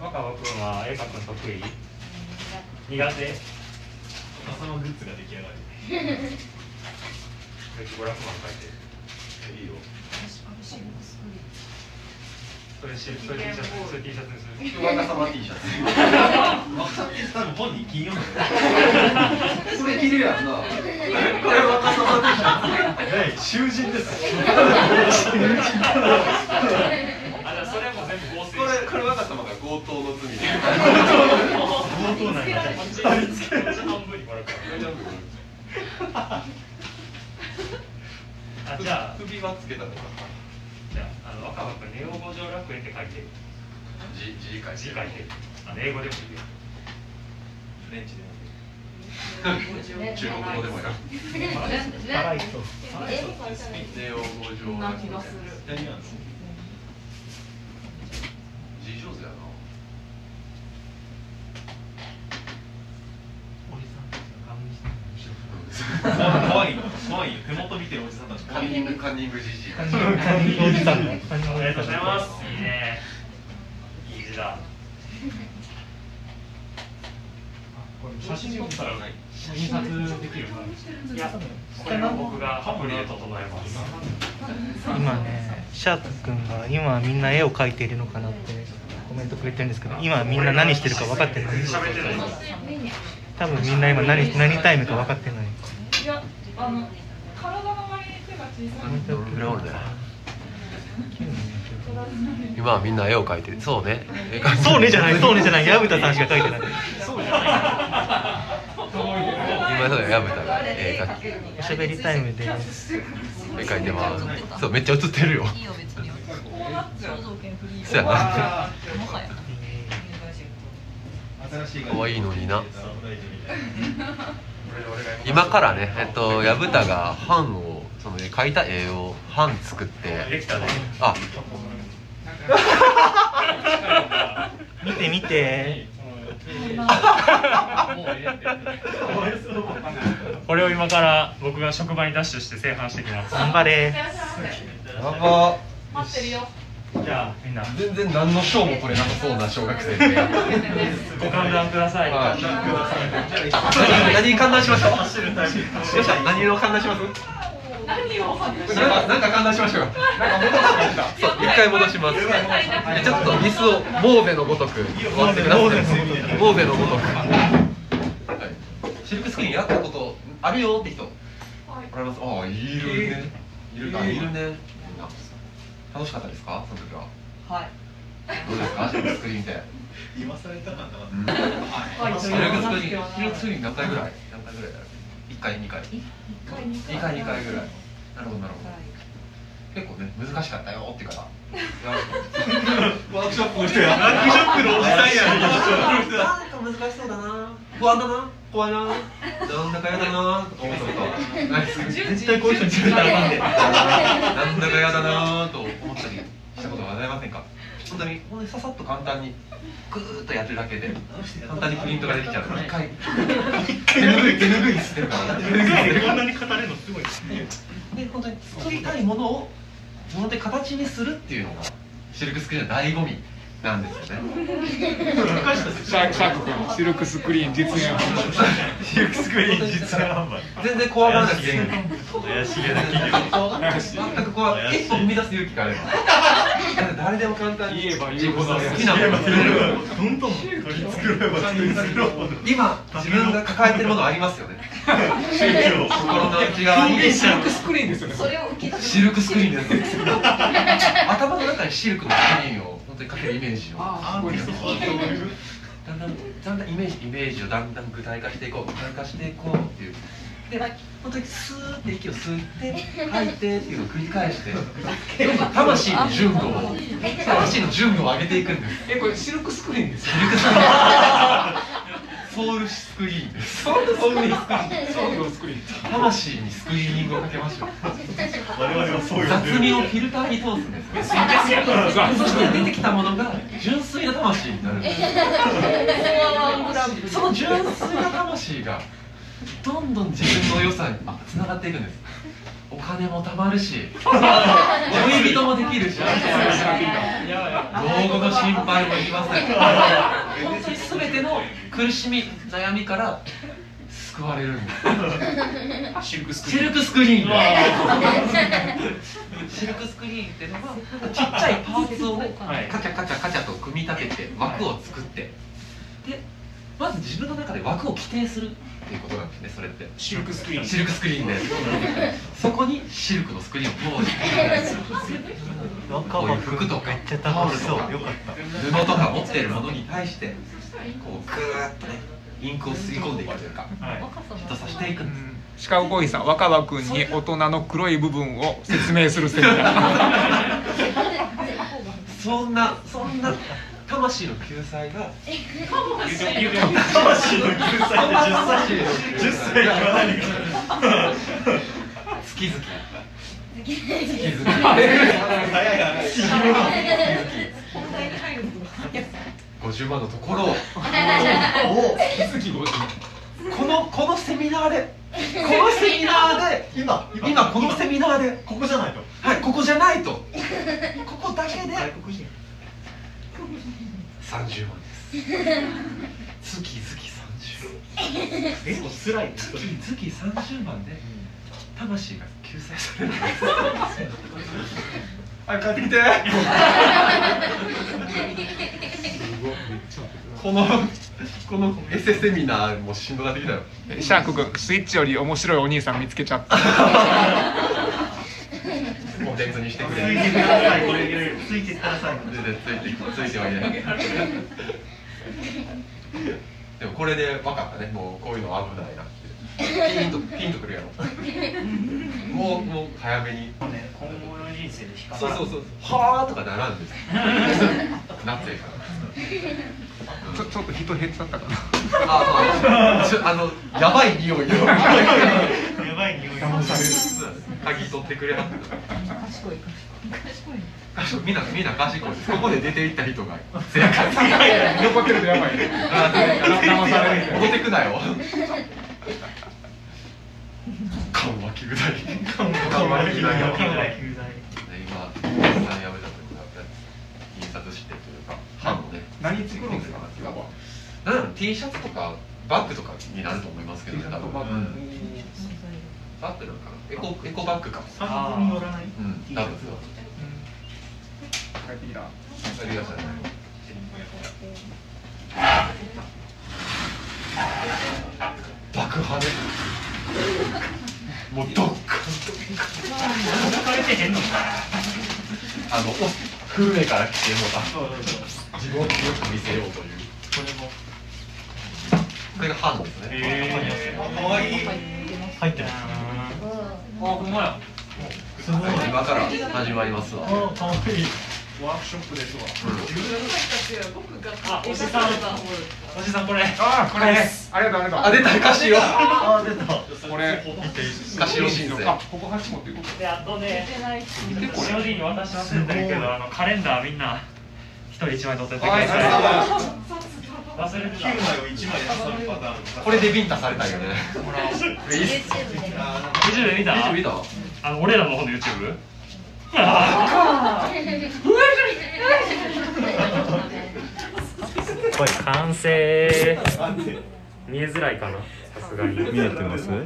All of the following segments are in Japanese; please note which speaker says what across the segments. Speaker 1: 若葉くんは絵描くの得意苦手
Speaker 2: お母様グッズが出来上 がる
Speaker 1: 500万描いてる
Speaker 2: いいよ
Speaker 3: 私も作る
Speaker 1: それしそれ T シャツそれ T シャツにする
Speaker 4: 若様 T シャツ
Speaker 2: マクサピース多分本人金 曜日
Speaker 4: これ着るやんなこれ若様 T シャ
Speaker 2: え囚人 です
Speaker 1: あじゃあそれも全部合
Speaker 4: ツ
Speaker 1: 成し
Speaker 4: こ
Speaker 1: て
Speaker 4: れこれ若様が強盗の罪で
Speaker 2: 強盗なんや
Speaker 1: こっちこっち半分にもらうから
Speaker 4: 大丈夫
Speaker 1: あじゃあ
Speaker 4: 首はつけたのか
Speaker 1: じゃああの若葉くんネオ五条楽園って書いて
Speaker 4: じ字書い
Speaker 1: 字
Speaker 4: て
Speaker 1: 書いてあの英語でもいいよ
Speaker 2: フレンチで
Speaker 4: 中国語でもやる
Speaker 5: 辛いと
Speaker 2: 辛い人ってスペイン
Speaker 4: ネオ五条
Speaker 3: な気がする
Speaker 2: イタリアンの
Speaker 4: 字上手やな
Speaker 2: おじさんたちが顔見してる怖いよ怖いよ手元見てるおじさんたち
Speaker 4: カ
Speaker 2: 怖い
Speaker 4: ン
Speaker 2: よ
Speaker 4: ニングカンニングじじい
Speaker 5: おじさんの
Speaker 1: ありがとうございますいいねいい字だ
Speaker 5: 写真撮ったら印刷できるよ
Speaker 1: いやこれは僕がアプリで整えます
Speaker 6: 今ねシャーク君が今みんな絵を描いているのかなってコメントくれてるんですけど今みんな何してるか分かってない
Speaker 1: 全然喋ってない
Speaker 6: 多分みんな今何何タイムか分かってない
Speaker 3: いやあの体の割に手が小さい
Speaker 4: 今はみんな絵を描いてるそうね絵描いてる
Speaker 6: そうねじゃないそうねじゃない薮田さんしか描いてない
Speaker 4: 今の矢蓋が絵描き
Speaker 6: おしゃべりタイムで
Speaker 4: 絵描いてますそうめっちゃ映ってるよ
Speaker 5: いいよ別に
Speaker 3: こうなっちゃう
Speaker 5: 肖像権フリー
Speaker 4: そうやな
Speaker 5: もはや
Speaker 2: 新しい
Speaker 4: 可愛いのにな
Speaker 1: これで俺が
Speaker 4: 今からねえっと矢蓋が版をその絵描いた絵を版作って
Speaker 1: できたね
Speaker 4: あ
Speaker 6: 見て見て
Speaker 1: これを今から僕が職場にダッシュして製版してきます
Speaker 6: 頑張れ
Speaker 4: やば
Speaker 3: 待ってるよ
Speaker 1: じゃあみんな
Speaker 4: 全然何の賞もこれなさそうな小学生で
Speaker 1: ご勘弁ください
Speaker 4: はい何観覧しましょうよっしゃ何を観覧します
Speaker 3: 何を話して
Speaker 4: なんかなんか観覧しましょうよなんか戻しましたそう一回戻しますちょっと椅子をモーベのごとく回ってくださいモーベのごとくはいシルクスクリーンやったことあるよって人おられますああいるねいるかいるねみんな楽しかったですかその時は
Speaker 5: はい
Speaker 4: どうですかシルクスクリーンで
Speaker 2: 言わされたかった
Speaker 4: うんシルクスクリーンシルクスクリーン何回ぐらい何回ぐらいやる一回二回二回二回ぐらいなるほどなるほど結構ね難しかったよって方
Speaker 2: ワークショップの人やワークショップのおじさんや
Speaker 4: なんか難しそうだな不安だな怖いななんだかやだなとか思ったことないです
Speaker 6: 絶対こういう人に聞いたらあかんで
Speaker 4: なんだかやだなと思ったりしたことはございませんか本当に本当にささっと簡単にグーッとやってるだけで簡単にプリントができちゃう一回手ぬぐい手ぬぐい捨てるからね
Speaker 6: こんなに語れるの すごい
Speaker 4: で本当に作りたいものをもので形にするっていうのがシルクスクリーンの醍醐味なんですよね
Speaker 7: シャークシャーク君シルクスクリーン実現
Speaker 2: シルクスクリーン実演販売
Speaker 4: 全然怖がらなくていい
Speaker 2: 怪しげな企業
Speaker 4: 全くこう一歩踏み出す勇気があればだって誰でも簡単に
Speaker 7: 言えば
Speaker 4: 自
Speaker 7: 言う
Speaker 4: 分
Speaker 7: ほ
Speaker 4: の
Speaker 7: ど
Speaker 4: 好きなものを作れる
Speaker 2: どんどん取り繕えば取り繕うほど
Speaker 4: 今自分が抱えてるものありますよね
Speaker 2: 宗教
Speaker 4: 心の内側に
Speaker 7: シルクスクリーンですよね
Speaker 5: それを受け
Speaker 4: シルクスクリーンですよ頭の中にシルクのスクリーンを本当にかけるイメージを
Speaker 7: ああすごいです
Speaker 4: だんだんだんだんイメージイメージをだんだん具体化していこう具体化していこうっていうで本当にスーって息を吸って吐いてっていうのを繰り返してどんどん魂の純度を魂の純度を上げていくんです
Speaker 7: えこれシルクスクリーンですよ
Speaker 4: ソウルスクリーンです
Speaker 7: ソウルスクリーンソウルスクリーン
Speaker 4: 魂にスクリーニングをかけましょう
Speaker 2: 我々はそういう
Speaker 4: 雑味をフィルターに通すんですよそして出てきたものが純粋な魂になるんですその純粋な魂がどんどん自分の良さにつながっていくんですお金も貯まるし恋人もできるし老後の心配もいりません本当に全ての苦しみ悩みから救われるんです
Speaker 2: シルクスク
Speaker 4: シ
Speaker 2: リーン
Speaker 4: ルクスクリーンシルクスクリーンってのはちっちゃいパーツをね
Speaker 1: はい
Speaker 4: カチャカチャカチャと組み立てて枠を作ってでまず自分の中で枠を規定するっていうことなんですねそれって
Speaker 2: シルクスクリーン
Speaker 4: シルクスクリーンでそこにシルクのスクリーンをポーズ
Speaker 6: 若
Speaker 4: こういう服とか
Speaker 6: めっちゃ楽しそう
Speaker 4: タオルとか
Speaker 6: よかった
Speaker 4: 布とか持っているものに対してこうグーッとねインクを吸い込んでいくというか人差していくんです
Speaker 7: シカゴイさん若葉君に大人の黒い部分を説明するセミナー
Speaker 4: そんなそんな魂の救済が
Speaker 1: 魂の救済で10歳
Speaker 4: 魂の救
Speaker 1: 10
Speaker 4: 済
Speaker 1: 歳
Speaker 4: が
Speaker 1: 言わないで
Speaker 4: 月々
Speaker 8: 月
Speaker 4: 月
Speaker 8: 々
Speaker 4: 々
Speaker 3: 本題に入るんです
Speaker 4: 50万のところをこのこのセミナーでこのセミナーで今今このセミナーで
Speaker 5: ここじゃないと
Speaker 4: はいここじゃないとここだけで30万です月々30万
Speaker 5: 結構つらい
Speaker 4: 月月30万で魂が救済される
Speaker 5: あ帰ってきて
Speaker 4: このこのエセセミナーもしんどなってきたよ
Speaker 7: シャーク君スイッチより面白いお兄さん見つけちゃった
Speaker 4: コンテンツにしてくれ
Speaker 5: ついてくださいこれついてください
Speaker 4: 全然ついてついてはいないでもこれで分かったねもうこういうのは危ないなってピンとピンとくるやろもうもう早めに
Speaker 2: 今後の人生で引か
Speaker 4: そうそうそうはあとかならんですなってるから
Speaker 7: ちょちょっと人減っちゃったかな
Speaker 4: あそうちょあのやばい匂いよ
Speaker 5: やばい匂い
Speaker 4: 鍵取ってくれなかった賢いみんなみんな賢いですここで出て行った人がせやから
Speaker 7: 残ってるとやばいね
Speaker 4: あ
Speaker 7: 騙されるみたい
Speaker 4: 戻ってくなよ緩和球大緩和球大今実際やめたというか印刷してというか版をね
Speaker 5: 何作るんですか
Speaker 4: なんだろう T シャツとかバッグとかになると思いますけどね多分うんバッグなのかなエコエコバッグか
Speaker 5: 参考によらない
Speaker 4: うん多分そう
Speaker 7: 帰ってきた
Speaker 4: ありがとうございます爆破ねもうドッカンあのお古めから来てもう
Speaker 5: そうそうそう
Speaker 4: た自分を強く見せようというこれがハンですね、
Speaker 2: かわいい
Speaker 6: 入ってる
Speaker 2: あほんまや
Speaker 5: すごい
Speaker 4: 今から始まりますわ、
Speaker 5: あかわいい
Speaker 2: ワークショップですわ
Speaker 1: あおじさんおじさんこれ
Speaker 7: ああこれですありがとうありがと
Speaker 4: あ
Speaker 7: う
Speaker 4: 出たカシオ
Speaker 5: あ出た
Speaker 7: これ
Speaker 4: カシオ申請
Speaker 7: あここ8持っていこう
Speaker 1: であとね COD に渡し忘れてるけどあのカレンダーみんな一人一枚取ってってください忘れてた
Speaker 2: 枚を1枚挟むパターン
Speaker 4: これでビンタされたよねいいっす
Speaker 8: YouTube で
Speaker 1: YouTube 見た
Speaker 4: 大丈夫見た
Speaker 1: あの俺らの方の YouTube? あこれ完成見えづらいかなさすがに見えてますえっ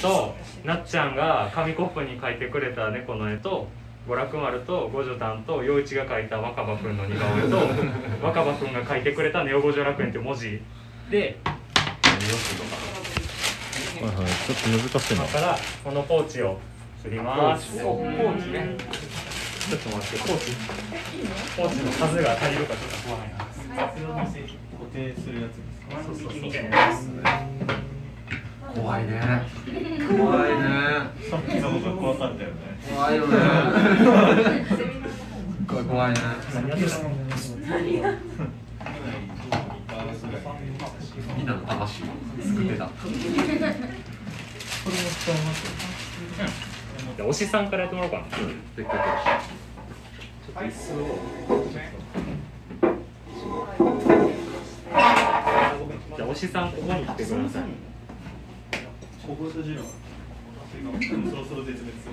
Speaker 1: となっちゃんが紙コップに描いてくれた猫の絵と娯楽丸と五女丹と陽一が描いた若葉くんの似顔絵 と若葉くんが描いてくれたネオ五条楽園っていう文字でちょっと難しいなだからこのポーチを作りますポーチねちょっと待ってポーチポーチの数が足りるかちょっと不安やな
Speaker 5: 固定するやつですか
Speaker 1: そうそうそう
Speaker 4: 怖いね怖いね
Speaker 5: さっきの方が壊されたよね
Speaker 4: 怖いよねこれ怖いねみんなの魂を救ってた
Speaker 1: じゃあ推しさんからやってもらおうかな
Speaker 4: せっかくだし
Speaker 1: じゃあ推しさんここに来てください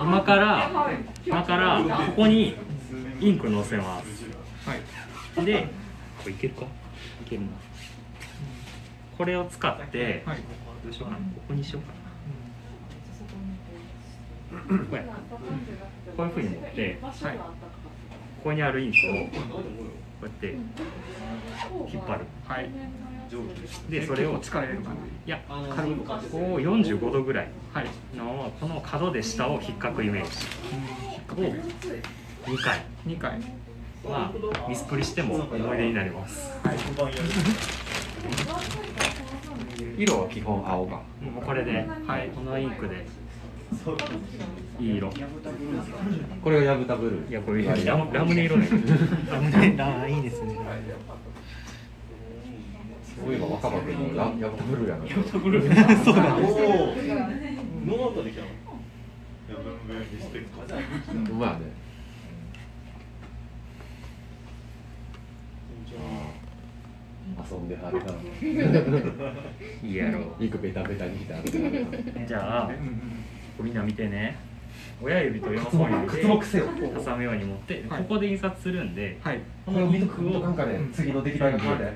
Speaker 1: 今から今からここにインクのせます
Speaker 7: はい
Speaker 1: でこれいけるかいけるなこれを使って
Speaker 7: はい
Speaker 1: どうしようかなここにしようかなこうやこういうふうに持って
Speaker 7: はい
Speaker 1: ここにあるインクをこうやって引っ張る
Speaker 7: はい
Speaker 1: でそれを
Speaker 7: 結構力入れる感
Speaker 1: いや軽くここを45度ぐらい
Speaker 7: じはい
Speaker 1: のこの角で下を引っかくイメージを2回
Speaker 7: 2回
Speaker 1: はミスプリしても思い出になります
Speaker 7: 色は基本青が
Speaker 1: もうこれで、
Speaker 7: はい
Speaker 1: このインクでいい色い
Speaker 9: これがヤブタブルー
Speaker 1: やこれラムラムネ色 ね
Speaker 6: ラムネラいいですね。
Speaker 9: そういえば若葉君もラヤブタブルーやな
Speaker 6: そうなんで
Speaker 2: ノ
Speaker 6: す。
Speaker 2: ートできたのリスペクト
Speaker 9: うまいよね遊んではる
Speaker 1: いいやろ
Speaker 9: なくベタベタにしてあるから
Speaker 1: じゃあみんな見てね親指と4本指で
Speaker 9: せよ
Speaker 1: 挟むように持ってこ
Speaker 7: はい
Speaker 1: こで印刷するんで
Speaker 7: はい
Speaker 1: こ
Speaker 9: これ
Speaker 1: の
Speaker 9: を
Speaker 1: イ
Speaker 9: 見
Speaker 1: ン
Speaker 9: と
Speaker 1: クを
Speaker 9: なんかね次の出来栄えが変わる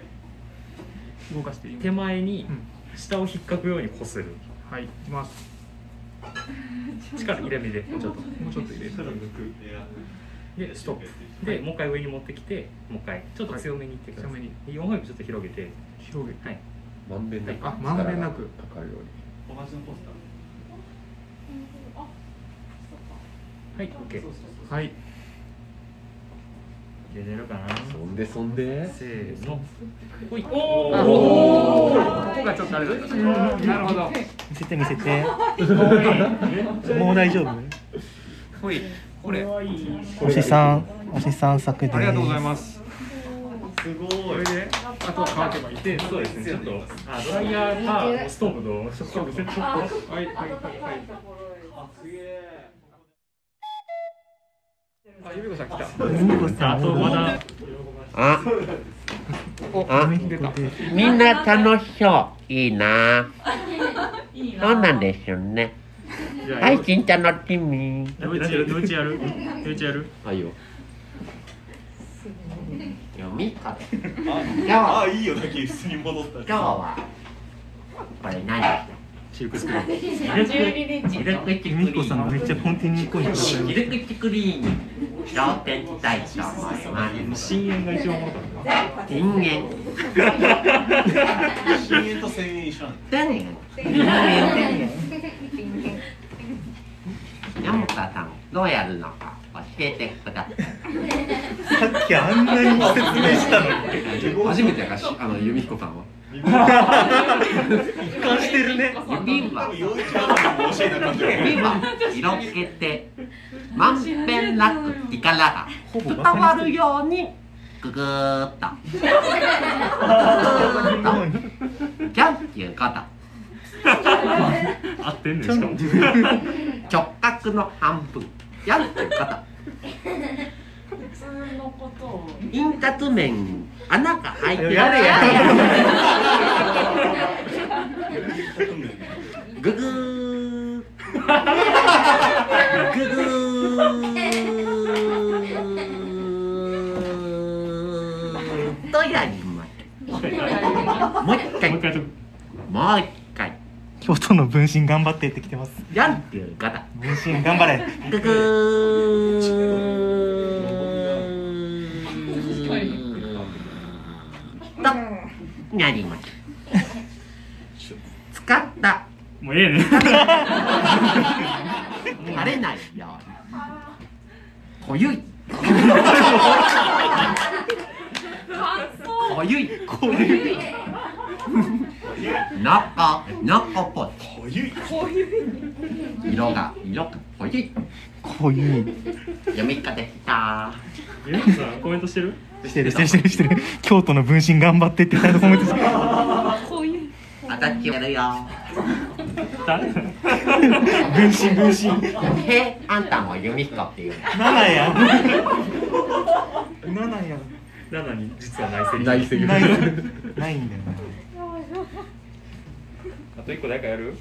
Speaker 7: 動かしていい
Speaker 1: 手前に
Speaker 7: うん
Speaker 1: 下を引っかくようにこする
Speaker 7: はいいき ます
Speaker 1: 力入れ目でちょっと
Speaker 7: もうちょっと入れる
Speaker 1: でストップでもう一回上に持ってきてもう一回ちょっと強めにいってください、
Speaker 7: はい
Speaker 1: 4
Speaker 7: 強
Speaker 1: 本指ちょっと広げて
Speaker 7: 広げて
Speaker 1: はい
Speaker 9: まんべんなく
Speaker 7: あまんべん
Speaker 9: 力が
Speaker 7: なく
Speaker 9: かかるように
Speaker 2: おばちゃんポスター
Speaker 1: はい、OK
Speaker 7: はい
Speaker 1: で出るかな
Speaker 9: そんでそんで
Speaker 1: せーのほいお
Speaker 7: あ
Speaker 1: お
Speaker 7: ここがちょっとあれだな るほど
Speaker 6: 見せて見せて。もう大丈夫？
Speaker 7: ほいこれあ
Speaker 6: 星さん星さん作です。
Speaker 7: りがとうございます
Speaker 2: すご
Speaker 7: これ
Speaker 2: い
Speaker 7: であとは乾けばいい
Speaker 1: で、そうですね、ちょっとあドライヤーかストーブのストーブセット
Speaker 7: はいはいはいはいあゆみこさん来た
Speaker 1: あとまだ
Speaker 10: みんな楽しそう。いいな。そうなんですよね。
Speaker 1: じゃあ
Speaker 10: はい、新茶のチミ。
Speaker 1: どうちやるどうちやるどうちやる
Speaker 9: あいいよ
Speaker 10: 読みこれ。
Speaker 2: ああいいよだけ椅子に戻った
Speaker 10: 今日は、これ何ですか
Speaker 1: シルクスクリーンミレク
Speaker 6: ユミコさんがめっちゃコンティニューコイン。
Speaker 10: ミルクチクリーンに挑戦したいと思います。
Speaker 1: 深淵が一番おもろかった
Speaker 10: 人間。
Speaker 2: 1000円と1000円一緒なんだ
Speaker 10: 何が山本さん、どうやるのか教えてください。
Speaker 6: さっきあんなに説明したのに。
Speaker 9: 初めてやからしあの弓彦さんは
Speaker 6: 一貫してるね。
Speaker 10: 指は
Speaker 2: 陽一はもう教えなかった よ
Speaker 10: 指は色気てまんべんなく力が伝わるようにググーッとググーッとじゃんっていうこと
Speaker 1: 合ってんねんしかも
Speaker 10: 直角の半分じゃんっていうこと
Speaker 3: 普通のことを
Speaker 10: 印刷面穴が開いてる
Speaker 6: やれや
Speaker 10: ググーググーとやりますもう一回
Speaker 1: もう一回やっとく
Speaker 10: もう一回
Speaker 6: 京都の分身頑張ってってきてます。
Speaker 10: じゃんっていうこと
Speaker 6: 分身頑張れ。
Speaker 10: ググーとなります使った
Speaker 1: もうええね
Speaker 10: 垂れないように濃ゆい
Speaker 3: 感想
Speaker 10: 濃ゆい濃ゆい中中っぽい
Speaker 2: おゆい
Speaker 10: 色が色が濃ゆい
Speaker 6: こういう
Speaker 10: 読み方した
Speaker 1: ユミさんコメントしてる
Speaker 6: してるしてるしてるしてる。京都の分身頑張ってってちゃんとコメントしてる。
Speaker 10: 私やるよ
Speaker 1: 誰
Speaker 6: 分身分身。
Speaker 10: へえあんたも由美子っていう
Speaker 6: 七や。七や。
Speaker 1: なのに実は内戦
Speaker 9: 大セリフ
Speaker 6: ないないんだよな。
Speaker 1: あと一個誰かやる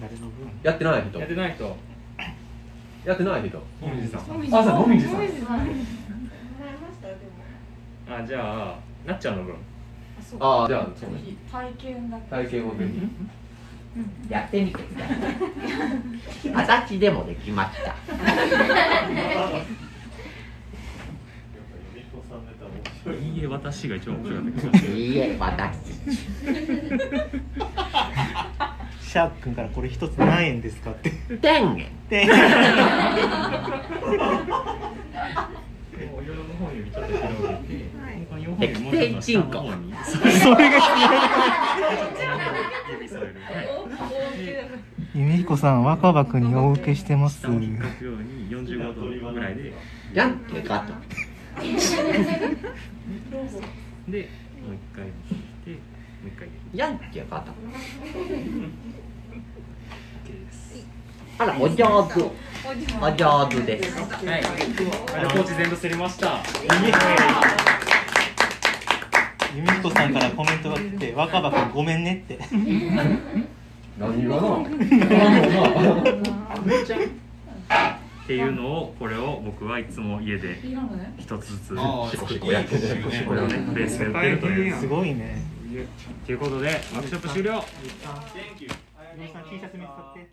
Speaker 6: 誰の分
Speaker 4: やってない人
Speaker 1: やってない人
Speaker 4: やってない人
Speaker 9: もみじさん
Speaker 4: あそうもみじさん
Speaker 1: あじゃあなっちゃんの分
Speaker 4: ああじゃあそうね
Speaker 3: 体験だけ
Speaker 4: 体験をぜひ
Speaker 10: やってみてください私でもできました
Speaker 1: いいえ私が一番面白かった
Speaker 10: いいえ私
Speaker 6: シャーク君からこれ一つ何円ですかって
Speaker 10: 天元
Speaker 6: で
Speaker 1: けどお色の方にちょっと広げてこの4本
Speaker 10: 適
Speaker 1: 指もうちょっと
Speaker 10: 正
Speaker 1: 下の
Speaker 10: 人口
Speaker 1: 方に
Speaker 6: それが
Speaker 1: 指添える
Speaker 6: 由美彦さん若葉君にお受けしてます
Speaker 1: 下を引っかくように45度ぐらいで
Speaker 10: じゃんけんかと
Speaker 1: でもう一回引いてもう一回入
Speaker 10: じゃんけんか と
Speaker 1: れて OK です
Speaker 10: あらお上手お上手です
Speaker 1: はいあれポーチ全部すりました
Speaker 6: 由美彦さんからコメントが来て若葉君ごめんねって
Speaker 4: 何がな
Speaker 1: っていうのをこれを僕はいつも家で一つずつシコシコやってこれをねベースで売ってるという
Speaker 6: すごいね
Speaker 1: ということでワークショップ終了
Speaker 6: 由美さん T シャツ見つかって